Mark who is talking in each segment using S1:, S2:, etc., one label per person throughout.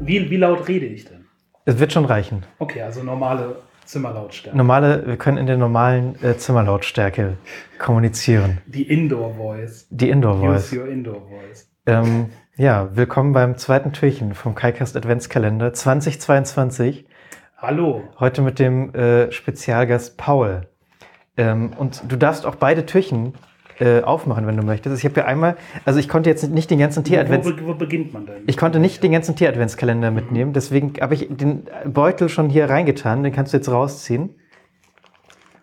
S1: Wie, wie laut rede ich denn?
S2: Es wird schon reichen.
S1: Okay, also normale Zimmerlautstärke.
S2: Normale, wir können in der normalen äh, Zimmerlautstärke kommunizieren.
S1: Die Indoor Voice.
S2: Die Indoor
S1: Use
S2: Voice.
S1: your Indoor Voice.
S2: Ähm, ja, willkommen beim zweiten Türchen vom KaiCast Adventskalender 2022.
S1: Hallo.
S2: Heute mit dem äh, Spezialgast Paul. Ähm, und du darfst auch beide Türchen äh, aufmachen, wenn du möchtest. Ich habe ja einmal, also ich konnte jetzt nicht den ganzen
S1: Wo,
S2: Tee-Advents...
S1: wo, wo beginnt man denn?
S2: Ich konnte nicht den ganzen Tee-Adventskalender mitnehmen, deswegen habe ich den Beutel schon hier reingetan, den kannst du jetzt rausziehen.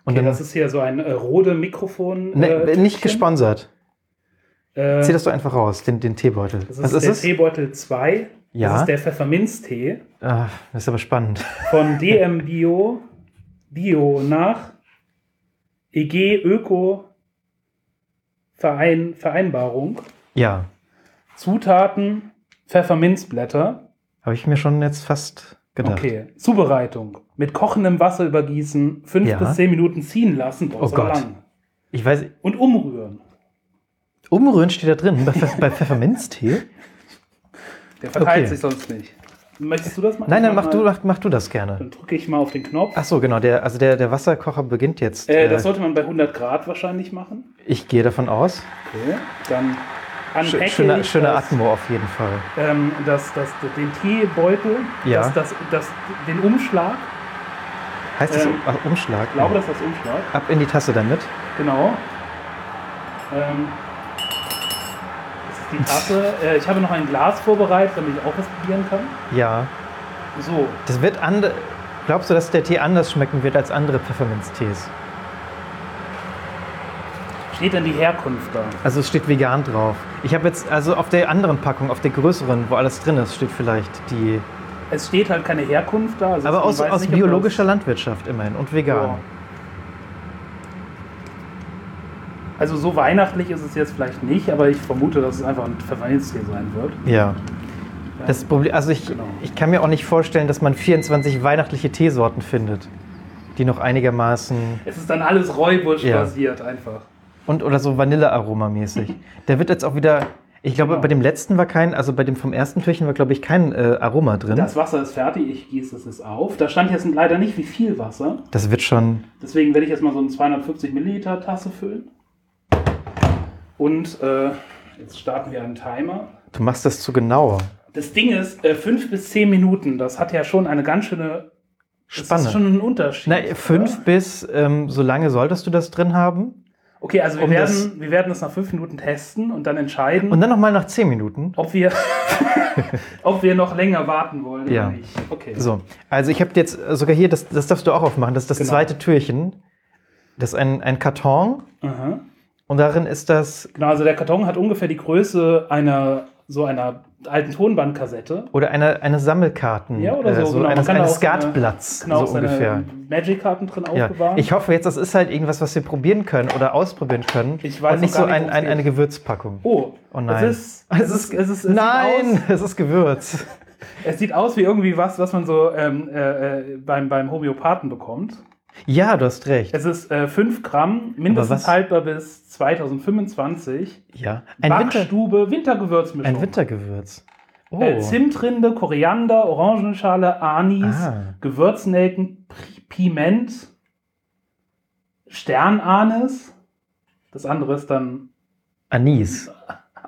S2: Und
S1: okay,
S2: dann,
S1: das ist hier so ein äh, Rode Mikrofon.
S2: ne,
S1: äh,
S2: nicht
S1: Tütchen.
S2: gesponsert.
S1: Äh,
S2: Zieh das doch einfach raus, den, den Teebeutel.
S1: das
S2: Was
S1: ist
S2: ist
S1: der
S2: es?
S1: Teebeutel 2.
S2: Ja.
S1: Das ist der Pfefferminztee
S2: Ah, das ist aber spannend.
S1: von DM Bio, Bio nach EG Öko Verein, Vereinbarung.
S2: Ja,
S1: Zutaten, Pfefferminzblätter.
S2: habe ich mir schon jetzt fast gedacht.
S1: Okay, Zubereitung. Mit kochendem Wasser übergießen, fünf
S2: Ja.
S1: bis zehn Minuten ziehen lassen. Boah,
S2: Oh
S1: ist aber
S2: Gott. Ich weiß,
S1: Und umrühren.
S2: umrühren steht da drin, bei, Pfeff- bei Pfefferminztee.
S1: Der verteilt
S2: Okay.
S1: sich sonst nicht. Möchtest du das machen?
S2: Nein,
S1: Ich
S2: dann mach du,
S1: mal,
S2: mach, mach du das gerne.
S1: Dann drücke ich mal auf den Knopf.
S2: Ach so, genau, der, also der, der Wasserkocher beginnt jetzt.
S1: äh,
S2: Äh,
S1: das sollte man bei 100 Grad wahrscheinlich machen.
S2: ich gehe davon aus.
S1: Okay. Dann
S2: Sch
S1: unpacke
S2: schöner
S1: ich
S2: schöner
S1: das,
S2: Atmo auf jeden Fall.
S1: ähm, das, das, den Teebeutel,
S2: Ja.
S1: das, das, das, den Umschlag.
S2: Heißt das
S1: Ähm,
S2: Ach, Umschlag?
S1: Ich glaube, das ist das Umschlag.
S2: Ab in die Tasse damit.
S1: Genau. Ähm, das ist die Tasse. Äh, ich habe noch ein Glas vorbereitet, damit ich auch was probieren kann.
S2: Ja.
S1: So,
S2: Das wird anders. Glaubst du, dass der Tee anders schmecken wird als andere Pfefferminztees?
S1: steht dann die Herkunft da.
S2: Also es steht vegan drauf. Ich habe jetzt, also auf der anderen Packung, auf der größeren, wo alles drin ist, steht vielleicht die.
S1: Es steht halt keine Herkunft da. Also
S2: Aber
S1: man
S2: aus,
S1: weiß
S2: aus
S1: nicht, ob
S2: biologischer Landwirtschaft immerhin und
S1: das-
S2: vegan.
S1: Ja. Also so weihnachtlich ist es jetzt vielleicht nicht, aber ich vermute, dass es einfach ein Pfefferminztee sein wird.
S2: Ja. Das Problem, also ich,
S1: Genau.
S2: ich kann mir auch nicht vorstellen, dass man 24 weihnachtliche Teesorten findet, die noch einigermaßen
S1: Es ist dann alles Räubusch
S2: Ja.
S1: basiert einfach.
S2: Und oder so Vanillearomamäßig. Der wird jetzt auch wieder. Ich glaube,
S1: Genau.
S2: bei dem letzten war kein, also bei dem vom ersten Türchen war, glaube ich, kein äh, Aroma drin.
S1: Das
S2: Das,
S1: Wasser ist fertig, ich gieße es jetzt auf. Da stand jetzt leider nicht, wie viel Wasser.
S2: wird schon.
S1: Deswegen werde ich jetzt mal so eine 250 Milliliter Tasse füllen. Und äh, jetzt starten wir einen Timer.
S2: Du machst das zu genau.
S1: Das Ding ist, äh, 5 bis 10 Minuten, das hat ja schon eine ganz schöne Das ist
S2: Spannend.
S1: schon ein Unterschied.
S2: Na, fünf
S1: oder?
S2: bis ähm, so lange solltest du das drin haben.
S1: Okay, also wir,
S2: um
S1: werden,
S2: das-
S1: wir werden das nach 5 Minuten testen und dann entscheiden,
S2: Und dann nochmal nach zehn Minuten.
S1: ob, wir, ob wir noch länger warten wollen
S2: Ja.
S1: oder nicht. Okay.
S2: So. Also ich habe jetzt sogar hier, das, das darfst du auch aufmachen. Das ist das
S1: Genau.
S2: zweite Türchen. Das ist ein, ein Karton.
S1: Aha.
S2: Und darin ist das.
S1: Genau, also der Karton hat ungefähr die Größe einer so einer alten Tonbandkassette.
S2: Oder eine, eine Sammelkarten.
S1: Ja, oder so,
S2: Äh, so
S1: genau. Man
S2: eines,
S1: kann da
S2: eines
S1: auch seine-
S2: Skatblatts,
S1: Genau,
S2: so
S1: seine
S2: ungefähr.
S1: Magic-Karten drin
S2: Ja,
S1: aufbewahren.
S2: ich hoffe jetzt, das ist halt irgendwas, was wir probieren können oder ausprobieren können.
S1: Ich weiß
S2: und nicht
S1: noch
S2: so
S1: gar nicht,
S2: ein,
S1: worum
S2: ein,
S1: es
S2: eine
S1: geht.
S2: Gewürzpackung.
S1: Oh,
S2: Oh nein.
S1: Es ist, es ist, es ist, es Sieht
S2: Nein, es ist Gewürz.
S1: aus, es sieht aus wie irgendwie was, was man so ähm, äh, äh, beim, beim Homöopathen bekommt.
S2: Ja, du hast recht.
S1: Es ist äh, 5 Gramm, mindestens
S2: was-
S1: haltbar bis 2025.
S2: Ja, ein, Winter,
S1: Backstube, Wintergewürzmischung.
S2: ein Wintergewürz. Oh,
S1: Äh, Zimtrinde, Koriander, Orangenschale, Anis,
S2: Ah.
S1: Gewürznelken, P- Piment, Sternanis. Das andere ist dann
S2: Anis.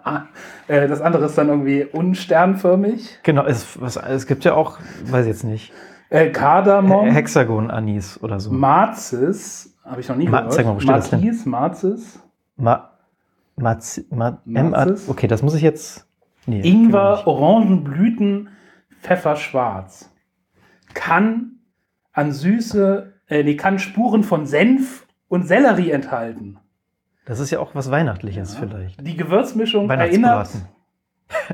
S1: Ah, äh, das andere ist dann irgendwie unsternförmig.
S2: Genau, es, was, es gibt ja auch, weiß jetzt nicht,
S1: Äh, Kardamom,
S2: Hexagon-Anis oder so.
S1: Marzis, habe ich noch nie
S2: Ma-
S1: gehört.
S2: zeig mal, wo steht das denn?
S1: Marquis, Marzis,
S2: Ma, Maz, Ma, M, A,
S1: Marzis?
S2: okay, das muss ich jetzt. Nee, können wir
S1: Ingwer,
S2: nicht.
S1: Orangenblüten, Pfefferschwarz. Kann an Süße, äh, nee, kann Spuren von Senf und Sellerie enthalten.
S2: Das ist ja auch was Weihnachtliches vielleicht.
S1: Die Gewürzmischung erinnert
S2: Weihnachtsbraten.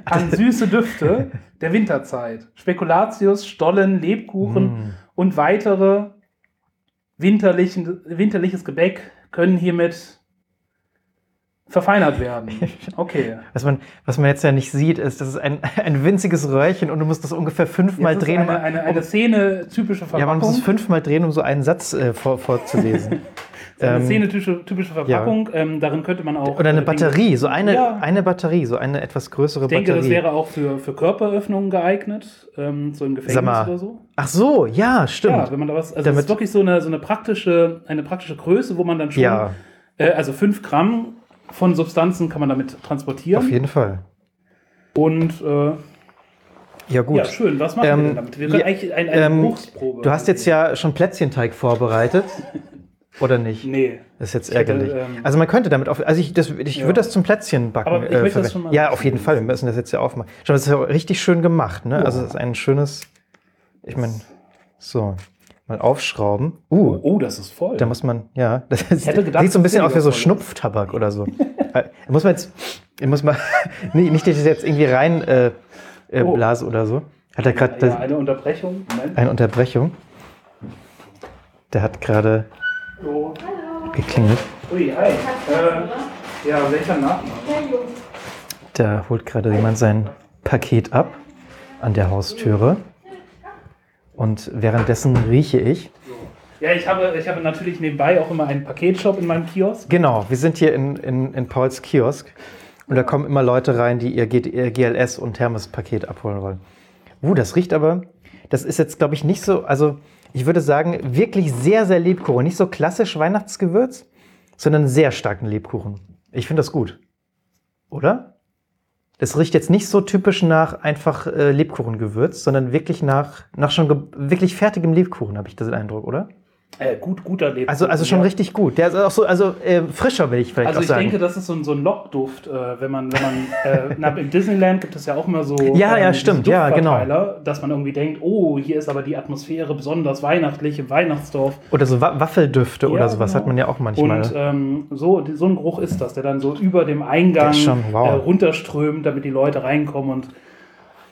S1: an süße Düfte der Winterzeit. Spekulatius, Stollen, Lebkuchen,
S2: Mm.
S1: und weitere winterlichen, winterliches Gebäck können hiermit verfeinert werden. Okay.
S2: Was man, was man jetzt ja nicht sieht, ist, das ist ein, ein winziges Röhrchen und du musst das ungefähr fünfmal
S1: Jetzt ist
S2: drehen. um-
S1: Eine, eine, eine Szene, typische
S2: ja, man muss es
S1: Verpackung.
S2: fünfmal drehen, um so einen Satz äh, vor, vorzulesen.
S1: Eine
S2: Ähm,
S1: szenetypische typische Verpackung. Ähm, darin könnte man auch.
S2: Oder eine
S1: äh,
S2: Batterie, so eine,
S1: Ja.
S2: eine Batterie, so eine etwas größere
S1: Ich denke,
S2: Batterie.
S1: das wäre auch für, für Körperöffnungen geeignet, ähm, so im Gefängnis
S2: Sag mal,
S1: oder so.
S2: Ach so, ja,
S1: Ja,
S2: stimmt.
S1: wenn man da was. Also das
S2: Damit-
S1: ist wirklich so eine, so eine praktische, eine praktische Größe, wo man dann schon.
S2: Ja,
S1: Äh, also 5 Gramm von Substanzen kann man damit
S2: auf
S1: transportieren.
S2: jeden Fall.
S1: Und äh,
S2: Ja, gut.
S1: ja, schön. Was machen wir
S2: Ähm,
S1: denn damit? Wir können
S2: ja,
S1: eigentlich ein, eine
S2: ähm,
S1: Geruchsprobe.
S2: du hast jetzt ja schon Plätzchenteig vorbereitet. Oder nicht?
S1: Nee.
S2: Das ist jetzt
S1: hätte,
S2: ärgerlich.
S1: ähm,
S2: also man könnte damit auf, also ich, das, ich
S1: Ja.
S2: würde das zum Plätzchen backen.
S1: Aber ich möchte das
S2: verwenden.
S1: schon mal
S2: ja,
S1: wissen.
S2: auf jeden Fall. Wir müssen das jetzt ja aufmachen. Schau, das ist ja auch richtig schön gemacht. Ne?
S1: Ja.
S2: Also das ist ein schönes. Ich meine, so mal aufschrauben. Uh,
S1: Oh, das ist voll.
S2: da muss man, ja, das ist,
S1: hätte gedacht,
S2: sieht so ein bisschen aus wie so
S1: weniger voll.
S2: Schnupftabak oder so. Äh, muss man jetzt, muss man nicht, nicht dass ich das jetzt irgendwie rein äh, äh,
S1: Oh.
S2: blase oder so. Hat er gerade
S1: ja, eine Unterbrechung. Moment.
S2: eine Unterbrechung? Der hat gerade
S1: Hallo.
S2: geklingelt.
S1: Ui, hi. Äh, ja, welcher Nachname?
S2: Da holt gerade jemand sein Paket ab an der Haustüre. Und währenddessen rieche ich.
S1: Ja, ich habe, ich habe natürlich nebenbei auch immer einen Paketshop in meinem Kiosk.
S2: Genau, wir sind hier in, in, in Pauls Kiosk. Und da kommen immer Leute rein, die ihr, G- ihr GLS- und Hermes-Paket abholen wollen. Uh, das riecht aber. Das ist jetzt, glaube ich, nicht so. Also, ich würde sagen, wirklich sehr, sehr Lebkuchen. Nicht so klassisch Weihnachtsgewürz, sondern sehr starken Lebkuchen. Ich finde das gut. Oder? Das riecht jetzt nicht so typisch nach einfach äh, Lebkuchengewürz, sondern wirklich nach, nach schon ge- wirklich fertigem Lebkuchen, habe ich den Eindruck, oder?
S1: Äh, gut, guter Leben.
S2: Also, also schon richtig gut. Der ist auch so, also äh, frischer will ich vielleicht
S1: Also
S2: auch
S1: ich
S2: sagen.
S1: denke, das ist so ein, so ein Lockduft, äh, wenn man, wenn man äh, na, im Disneyland gibt es ja auch immer so ähm,
S2: Ja, ja,
S1: diese
S2: stimmt, ja, genau.
S1: Duftverteiler, dass man irgendwie denkt, oh, hier ist aber die Atmosphäre besonders weihnachtlich im Weihnachtsdorf.
S2: oder so Wa Waffeldüfte
S1: Ja,
S2: oder sowas
S1: genau.
S2: hat man ja auch manchmal.
S1: Und ähm, so, so ein Geruch ist das, der dann so über dem Eingang
S2: Das ist schon- wow.
S1: äh, runterströmt, damit die Leute reinkommen und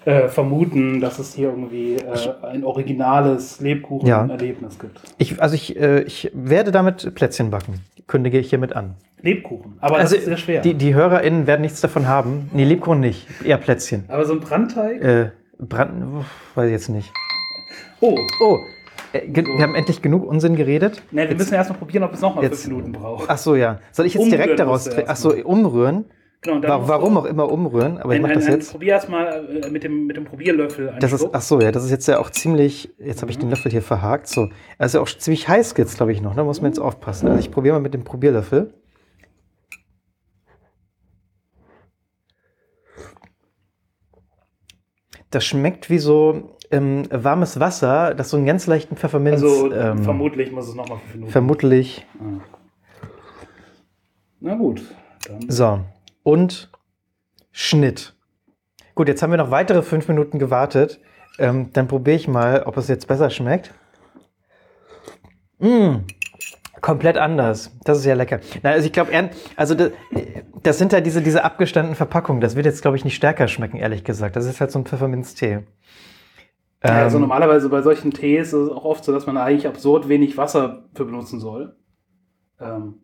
S1: äh, vermuten, dass es hier irgendwie äh, ein originales Lebkuchen-Erlebnis gibt.
S2: ich, also ich, äh, ich werde damit Plätzchen backen. Kündige ich hiermit an.
S1: Lebkuchen, aber
S2: also
S1: das ist sehr schwer.
S2: Die, die HörerInnen werden nichts davon haben. Nee, Lebkuchen nicht. Eher Plätzchen.
S1: aber so ein Brandteig?
S2: Äh, Brand, uff, weiß ich jetzt nicht.
S1: Oh,
S2: Oh, äh, ge- wir haben endlich genug Unsinn geredet.
S1: ne, wir müssen erstmal probieren, ob es nochmal fünf
S2: jetzt- Ah,
S1: Minuten braucht.
S2: Ach so, ja. Soll ich jetzt
S1: Umrühren
S2: direkt daraus
S1: musst du
S2: trinken? Ach
S1: erst
S2: so, umrühren.
S1: Genau, dann
S2: Wa
S1: musst
S2: warum
S1: du-
S2: auch immer umrühren, aber ich
S1: Ein,
S2: mache
S1: ein,
S2: das
S1: ein,
S2: jetzt.
S1: probier erstmal äh, mit dem, mit dem Probierlöffel. einen
S2: Das ist,
S1: Schluck.
S2: ach so, ja, das ist jetzt ja auch ziemlich, jetzt habe ich
S1: Mhm.
S2: den Löffel hier verhakt, so. Also auch ziemlich heiß geht's, glaube ich, noch, da ne? muss man jetzt aufpassen. Also ich probiere mal mit dem Probierlöffel. Das schmeckt wie so ähm, warmes Wasser, das so einen ganz leichten Pfefferminz,
S1: also
S2: ähm,
S1: vermutlich muss es nochmal fünf Minuten. Ah.
S2: vermutlich,
S1: Na gut, dann
S2: so. Und Schnitt. Gut, jetzt haben wir noch weitere fünf Minuten gewartet. Ähm, dann probiere ich mal, ob es jetzt besser schmeckt. Mm, komplett anders. Das ist ja lecker. Na, also ich glaube, also das, das sind ja diese, diese abgestandenen Verpackungen. Das wird jetzt, glaube ich, nicht stärker schmecken, ehrlich gesagt. Das ist halt so ein Pfefferminztee.
S1: Ja, also
S2: Ähm,
S1: normalerweise bei solchen Tees ist es auch oft so, dass man eigentlich absurd wenig Wasser für benutzen soll. Ähm,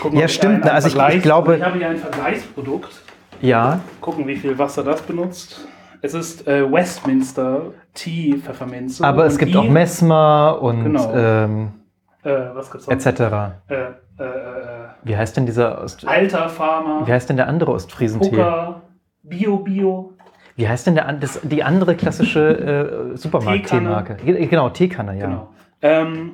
S1: gucken,
S2: Ja,
S1: ob ich
S2: stimmt,
S1: einen- einen
S2: also ich- ich
S1: Vergleich-
S2: glaube-
S1: Ich habe hier ein Vergleichsprodukt.
S2: ja.
S1: Gucken, wie viel Wasser das benutzt. Es ist äh, Westminster Tea Pfefferminze.
S2: Aber es
S1: Und
S2: gibt
S1: die,
S2: auch Messmer und
S1: Genau.
S2: ähm,
S1: Äh, was gibt's noch?
S2: etc.
S1: Äh, äh, äh,
S2: Wie heißt denn dieser Ost
S1: Alter Farmer,
S2: Wie heißt denn der andere Ostfriesentee?
S1: Hooker, Bio Bio.
S2: Wie heißt denn der, an- das, die andere klassische äh, Supermarkt-Teemarke? Ge- Genau, Teekanne, ja.
S1: Genau. Ähm,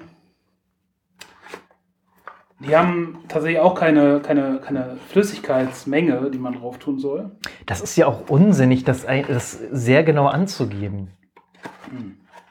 S1: die haben tatsächlich auch keine, keine, keine Flüssigkeitsmenge, die man drauf tun soll.
S2: Das ist ja auch unsinnig, das, ein- das sehr genau anzugeben.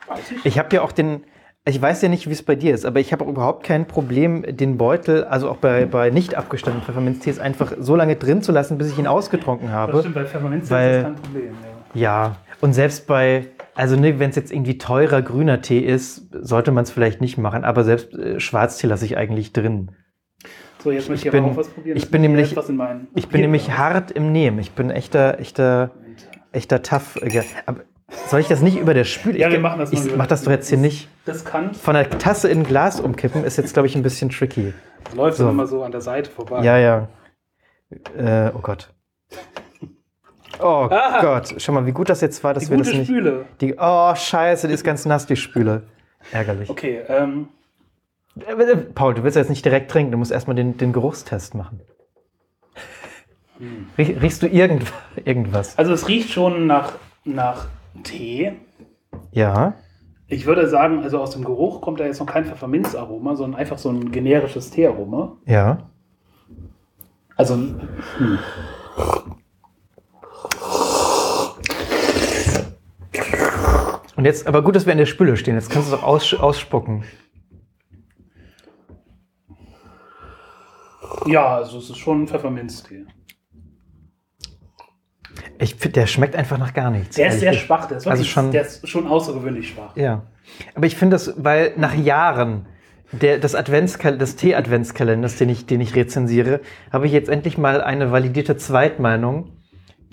S1: Weiß ich.
S2: Ich habe ja auch den, ich weiß ja nicht, wie es bei dir ist, aber ich habe auch überhaupt kein Problem, den Beutel, also auch bei, bei nicht abgestandenen Pfefferminztees, einfach so lange drin zu lassen, bis ich ihn ausgetrunken
S1: Das
S2: habe.
S1: stimmt, bei Pfefferminz ist
S2: weil-
S1: das kein Problem. Ja.
S2: Ja, und selbst bei, also ne, wenn es jetzt irgendwie teurer grüner Tee ist, sollte man es vielleicht nicht machen, aber selbst äh, Schwarztee lasse ich eigentlich drin.
S1: So, jetzt möchte ich,
S2: bin-
S1: aber auch was probieren.
S2: ich
S1: Jetzt
S2: bin
S1: muss
S2: nämlich-
S1: erst was in meinen
S2: Ich bin nämlich
S1: Papierglas.
S2: hart im Nehmen. Ich bin echter, echter. echter tough. äh, ge- Aber soll ich das nicht über der Spüle?
S1: Ja,
S2: ich,
S1: wir machen das mal
S2: Ich
S1: über-
S2: mach das doch jetzt hier nicht.
S1: Riskant
S2: Von der Tasse in ein Glas umkippen ist jetzt, glaube ich, ein bisschen tricky.
S1: läuft
S2: So.
S1: so. immer so an der Seite vorbei.
S2: Ja, ja. Äh, oh Gott. Oh Gott. Schau mal, wie gut das jetzt war, dass
S1: Ah. die
S2: wir
S1: gute
S2: das nicht.
S1: Spüle.
S2: Die, oh, scheiße, die ist ganz nass, die Spüle. Ärgerlich.
S1: Okay, ähm,
S2: Äh, Paul, du willst ja jetzt nicht direkt trinken, du musst erstmal den, den Geruchstest machen.
S1: Hm.
S2: Riech, riechst du irgend, irgendwas?
S1: Also es riecht schon nach, nach Tee.
S2: Ja.
S1: Ich würde sagen, also aus dem Geruch kommt da jetzt noch kein Pfefferminzaroma, sondern einfach so ein generisches Teearoma.
S2: Ja.
S1: Also ein-
S2: Und jetzt, aber gut, dass wir in der Spüle stehen. Jetzt kannst du es auch aussch- ausspucken.
S1: ja, also es ist schon ein Pfefferminztee.
S2: Ich finde, der schmeckt einfach nach gar nichts.
S1: Der ist sehr
S2: ehrlich
S1: schwach, der ist,
S2: Also
S1: wirklich,
S2: schon-
S1: der ist schon außergewöhnlich schwach.
S2: Ja. Aber ich finde das, weil nach Jahren der, das Adventskal des Tee-Adventskalenders, den ich, den ich rezensiere, habe ich jetzt endlich mal eine validierte Zweitmeinung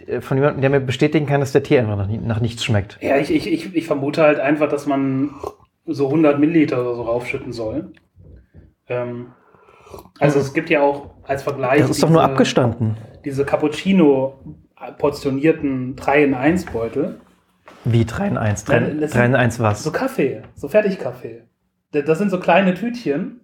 S2: äh, von jemandem, der mir bestätigen kann, dass der Tee einfach nach, ni- nach nichts schmeckt.
S1: Ja, ich, ich, ich, ich vermute halt einfach, dass man so 100 Milliliter oder so raufschütten soll. Ähm, also es gibt ja auch als Vergleich
S2: Das ist doch nur
S1: diese-
S2: abgestanden.
S1: diese Cappuccino portionierten 3 in 1 Beutel.
S2: Wie 3 in 1? 3,
S1: Nein, das-
S2: in 1 was?
S1: So Kaffee, so Fertigkaffee. Da- Das sind so kleine Tütchen.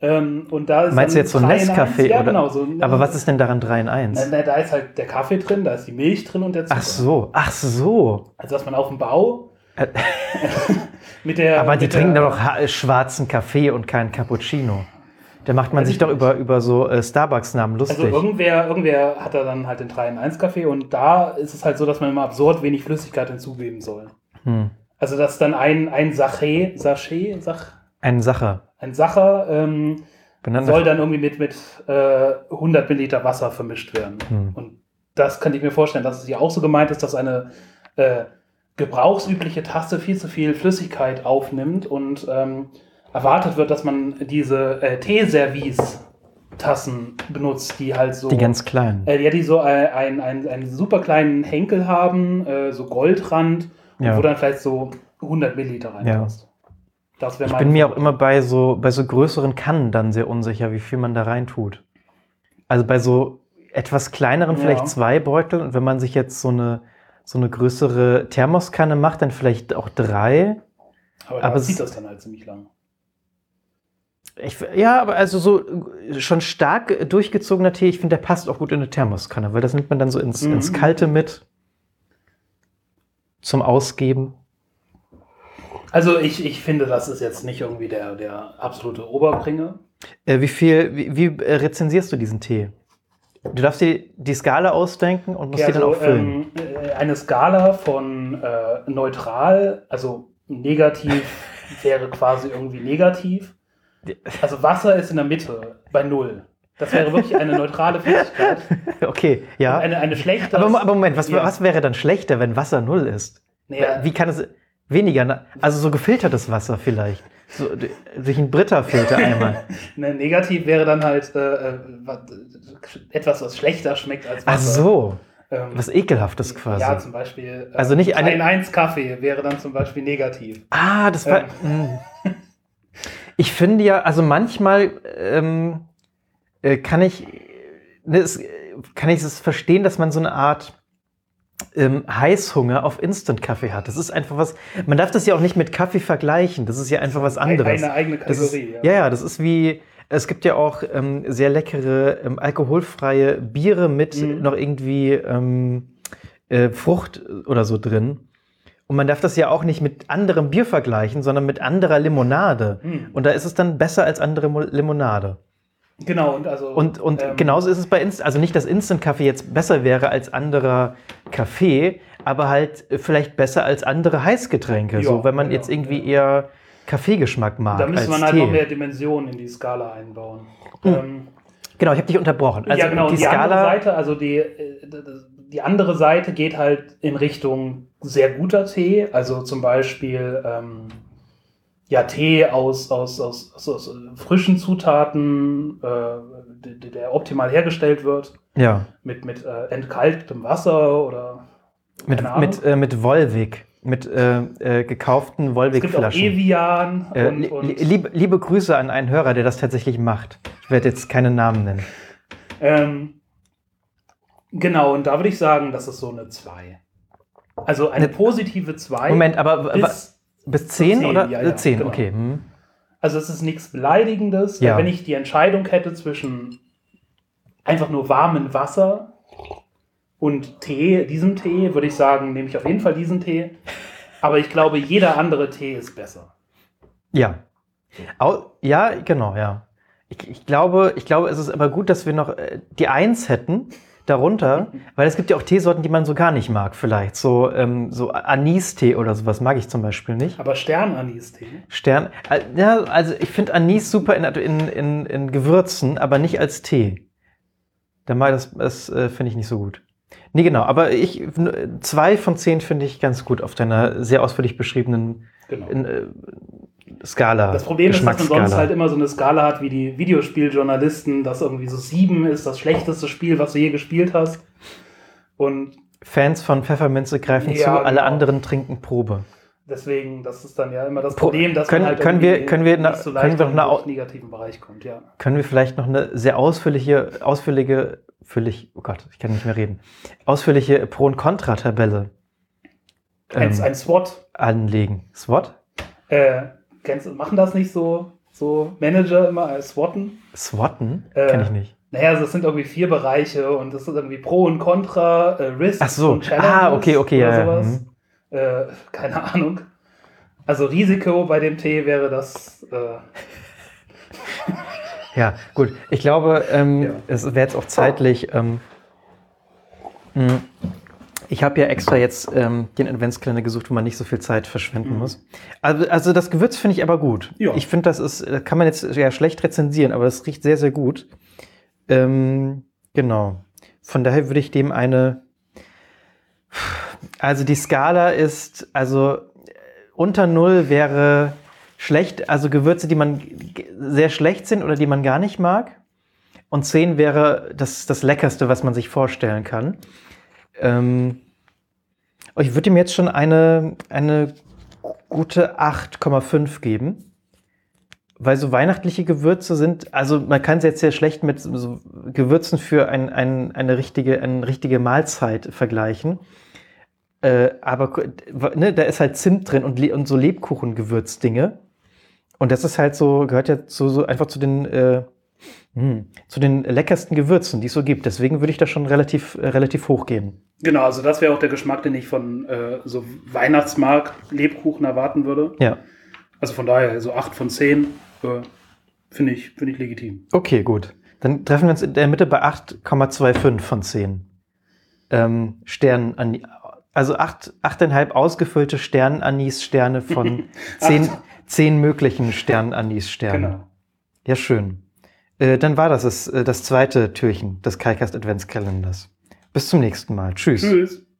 S1: Ähm, und da ist
S2: Meinst du
S1: dann
S2: jetzt so
S1: 3 in 1.
S2: Nescafé?
S1: Ja,
S2: oder?
S1: genau. So ein-
S2: Aber was ist denn daran 3 in
S1: Na,
S2: 1?
S1: na, da ist halt der Kaffee drin, da ist die Milch drin und der Zucker.
S2: Ach so, ach so.
S1: Also, dass man auf dem Bau
S2: Äh,
S1: mit der.
S2: Aber die
S1: mit der-
S2: trinken doch ha- äh, schwarzen Kaffee und keinen Cappuccino. Da macht man
S1: Weiß
S2: sich
S1: Also ich
S2: doch
S1: nicht.
S2: über, über so äh, Starbucks-Namen
S1: Also,
S2: lustig.
S1: irgendwer, irgendwer hat da dann halt den 3 in 1 Kaffee und da ist es halt so, dass man immer absurd wenig Flüssigkeit hinzugeben soll.
S2: hm.
S1: Also, dass dann ein, ein Sachet, Sachet, Sach,
S2: Eine Sache.
S1: ein Sacher, ähm,
S2: Benannt
S1: soll
S2: nach,
S1: dann irgendwie mit, mit äh, 100 Milliliter Wasser vermischt werden.
S2: Hm.
S1: Und das kann ich mir vorstellen, dass es hier auch so gemeint ist, dass eine äh, gebrauchsübliche Tasse viel zu viel Flüssigkeit aufnimmt und ähm, erwartet wird, dass man diese äh, Teeservice-Tassen benutzt, die halt so.
S2: die ganz kleinen.
S1: äh, ja, die so äh, ein, ein, einen super kleinen Henkel haben, äh, so Goldrand, und
S2: Ja.
S1: wo dann vielleicht so 100 Milliliter reinpasst. Das wäre
S2: Ich
S1: mein-
S2: bin mir auch immer bei so, bei so größeren Kannen dann sehr unsicher, wie viel man da reintut. Also bei so etwas kleineren, vielleicht
S1: Ja.
S2: zwei Beuteln. Und wenn man sich jetzt so eine, so eine größere Thermoskanne macht, dann vielleicht auch drei.
S1: aber,
S2: aber
S1: da
S2: es-
S1: zieht das dann halt ziemlich lang.
S2: Ich, ja, aber also so äh, schon stark durchgezogener Tee, ich finde, der passt auch gut in eine Thermoskanne, weil das nimmt man dann so ins,
S1: Mhm.
S2: ins Kalte mit zum Ausgeben.
S1: Also ich, ich finde, das ist jetzt nicht irgendwie der, der absolute Oberbringer.
S2: Äh, wie viel, wie, wie äh, rezensierst du diesen Tee? Du darfst dir die Skala ausdenken und musst die dann auch füllen.
S1: ähm, äh, eine Skala von äh, neutral, also negativ wäre quasi irgendwie negativ. Also Wasser ist in der Mitte bei null. Das wäre wirklich eine neutrale Flüssigkeit.
S2: okay, ja.
S1: Eine, eine schlechte.
S2: aber, aber Moment, was,
S1: Ja.
S2: was wäre dann schlechter, wenn Wasser null ist? Äh,
S1: Naja,
S2: Wie kann es weniger? na- Also so gefiltertes Wasser vielleicht. So, d- durch einen Britta-Filter einmal.
S1: ne, negativ wäre dann halt äh, äh, wa- etwas, was schlechter schmeckt als
S2: Ach
S1: Wasser.
S2: so,
S1: Ähm,
S2: was Ekelhaftes quasi.
S1: Ja, zum Beispiel. äh,
S2: Also nicht eine-
S1: 3 in 1 Kaffee wäre dann zum Beispiel negativ.
S2: Ah, das war. Mm. Ich finde ja, also manchmal ähm, äh, kann ich, ne, es, äh, kann ich es verstehen, dass man so eine Art ähm, Heißhunger auf Instant-Kaffee hat. Das ist einfach was. Man darf das ja auch nicht mit Kaffee vergleichen. Das ist ja einfach was anderes.
S1: Eine eigene
S2: Das ist,
S1: Kategorie.
S2: ja, ja, das ist wie. Es gibt ja auch ähm, sehr leckere ähm, alkoholfreie Biere mit
S1: Mhm.
S2: noch irgendwie ähm, äh, Frucht oder so drin. Und man darf das ja auch nicht mit anderem Bier vergleichen, sondern mit anderer Limonade.
S1: Hm.
S2: Und da ist es dann besser als andere Mo Limonade.
S1: Genau, und also.
S2: Und, und genau,
S1: ähm,
S2: genauso ist es bei Instant, also nicht, dass Instant-Kaffee jetzt besser wäre als anderer Kaffee, aber halt äh, vielleicht besser als andere Heißgetränke,
S1: Ja,
S2: so wenn man
S1: genau,
S2: jetzt irgendwie eher Kaffeegeschmack mag.
S1: Da müsste
S2: als
S1: man halt
S2: Tee.
S1: noch mehr Dimensionen in die Skala einbauen. Ähm,
S2: Genau, ich habe dich unterbrochen. Also
S1: ja, genau.
S2: die
S1: und die andere
S2: Skala.
S1: Seite, also die, äh, d- d- die andere Seite geht halt in Richtung sehr guter Tee. Also zum Beispiel ähm, ja, Tee aus, aus, aus, aus, aus frischen Zutaten, äh, d- d- der optimal hergestellt wird,
S2: Ja,
S1: mit, mit äh, entkalktem Wasser oder
S2: mit,
S1: Keine Ahnung.
S2: mit, äh, mit Volvic. Mit äh, äh, gekauften
S1: es gibt auch
S2: Volvic-Flaschen.
S1: Evian
S2: Äh,
S1: und,
S2: li-
S1: und
S2: liebe, liebe Grüße an einen Hörer, der das tatsächlich macht. Ich werde jetzt keine Namen nennen.
S1: Ähm, genau, und da würde ich sagen, das ist so eine 2. Also eine
S2: Ne-
S1: positive 2.
S2: Moment, aber w-
S1: bis,
S2: bis 10
S1: zehn,
S2: oder
S1: ja,
S2: äh,
S1: ja,
S2: 10?
S1: genau.
S2: Okay. Hm.
S1: Also es ist nichts Beleidigendes.
S2: Ja.
S1: Wenn ich die Entscheidung hätte zwischen einfach nur warmem Wasser und Tee, diesem Tee, würde ich sagen, nehme ich auf jeden Fall diesen Tee. Aber ich glaube, jeder andere Tee ist besser.
S2: Ja. Au, ja, genau, ja. Ich, ich, glaube, ich glaube, es ist aber gut, dass wir noch äh, die Eins hätten darunter, weil es gibt ja auch Teesorten, die man so gar nicht mag, vielleicht. So, ähm, so Anis-Tee oder sowas mag ich zum Beispiel nicht.
S1: Aber Sternanis-Tee?
S2: Stern. äh, Ja, also ich finde Anis super in, in, in, in Gewürzen, aber nicht als Tee. Da mag das, das äh, finde ich nicht so gut. Nee, genau, aber ich n- zwei von zehn finde ich ganz gut auf deiner sehr ausführlich beschriebenen
S1: Genau.
S2: in, äh, Skala.
S1: Das Problem ist, dass man sonst
S2: Geschmacksskala.
S1: halt immer so eine Skala hat wie die Videospieljournalisten, dass irgendwie so sieben ist das schlechteste Spiel, was du je gespielt hast. Und
S2: Fans von Pfefferminze greifen
S1: Ja,
S2: zu, alle
S1: genau.
S2: anderen trinken Probe.
S1: deswegen, das ist dann ja immer das
S2: Pro-
S1: Problem, dass
S2: können-
S1: man halt
S2: können wir-
S1: irgendwie
S2: können wir na-
S1: nicht so
S2: können
S1: leicht
S2: wir noch eine
S1: in
S2: Au-
S1: den negativen Bereich kommt, ja.
S2: Können wir vielleicht noch eine sehr ausführliche, ausführliche, völlig, oh Gott, ich kann nicht mehr reden, ausführliche Pro- und Contra-Tabelle
S1: Ein,
S2: ähm,
S1: ein SWAT.
S2: anlegen? SWOT?
S1: Äh, kennst, du- machen das nicht so, so Manager immer äh, SWATen?
S2: SWOTen?
S1: Äh,
S2: Kenn ich nicht.
S1: Naja, also es sind irgendwie vier Bereiche und das ist irgendwie Pro und Contra, äh, Risk
S2: Ach so.
S1: und Challenges
S2: Ah, okay, okay,
S1: oder
S2: ja, Mhm. ja,
S1: sowas. Äh, keine Ahnung. Also Risiko bei dem Tee wäre das. Äh,
S2: Ja, gut. Ich glaube, ähm,
S1: Ja.
S2: es wäre jetzt auch zeitlich. Ähm, mh, ich habe ja extra jetzt ähm, den Adventskalender gesucht, wo man nicht so viel Zeit verschwenden
S1: Mhm.
S2: muss. Also, also das Gewürz finde ich aber gut.
S1: Ja.
S2: Ich finde, das ist, das kann man jetzt äh, ja schlecht rezensieren, aber das riecht sehr, sehr gut. Ähm, genau. Von daher würde ich dem eine. Also die Skala ist, also äh, unter Null wäre schlecht, also Gewürze, die man g- sehr schlecht sind oder die man gar nicht mag. Und 10 wäre das, das Leckerste, was man sich vorstellen kann. Ähm, oh, ich würde ihm jetzt schon eine, eine gute 8,5 geben. Weil so weihnachtliche Gewürze sind, also man kann es jetzt sehr schlecht mit so Gewürzen für ein, ein, eine, richtige, eine richtige Mahlzeit vergleichen. Äh, aber ku- ne, da ist halt Zimt drin und, Le- und so Lebkuchengewürzdinge. Und das ist halt so, gehört ja zu, so einfach zu den, äh, hm, zu den leckersten Gewürzen, die es so gibt. Deswegen würde ich das schon relativ, äh, relativ hoch geben.
S1: genau, also das wäre auch der Geschmack, den ich von äh, so Weihnachtsmarkt, Lebkuchen erwarten würde.
S2: Ja.
S1: Also von daher, so 8 von 10 äh, finde ich, finde ich legitim.
S2: Okay, gut. Dann treffen wir uns in der Mitte bei 8,25 von 10. Ähm, Sternen an also acht- 8,5 ausgefüllte Sternenanis-Sterne von 10,
S1: Acht.
S2: 10 möglichen Sternenanis-Sternen.
S1: Genau.
S2: Ja, schön. Äh, dann war das es, äh, das zweite Türchen des Kaikast Adventskalenders. Bis zum nächsten Mal. Tschüss.
S1: Tschüss.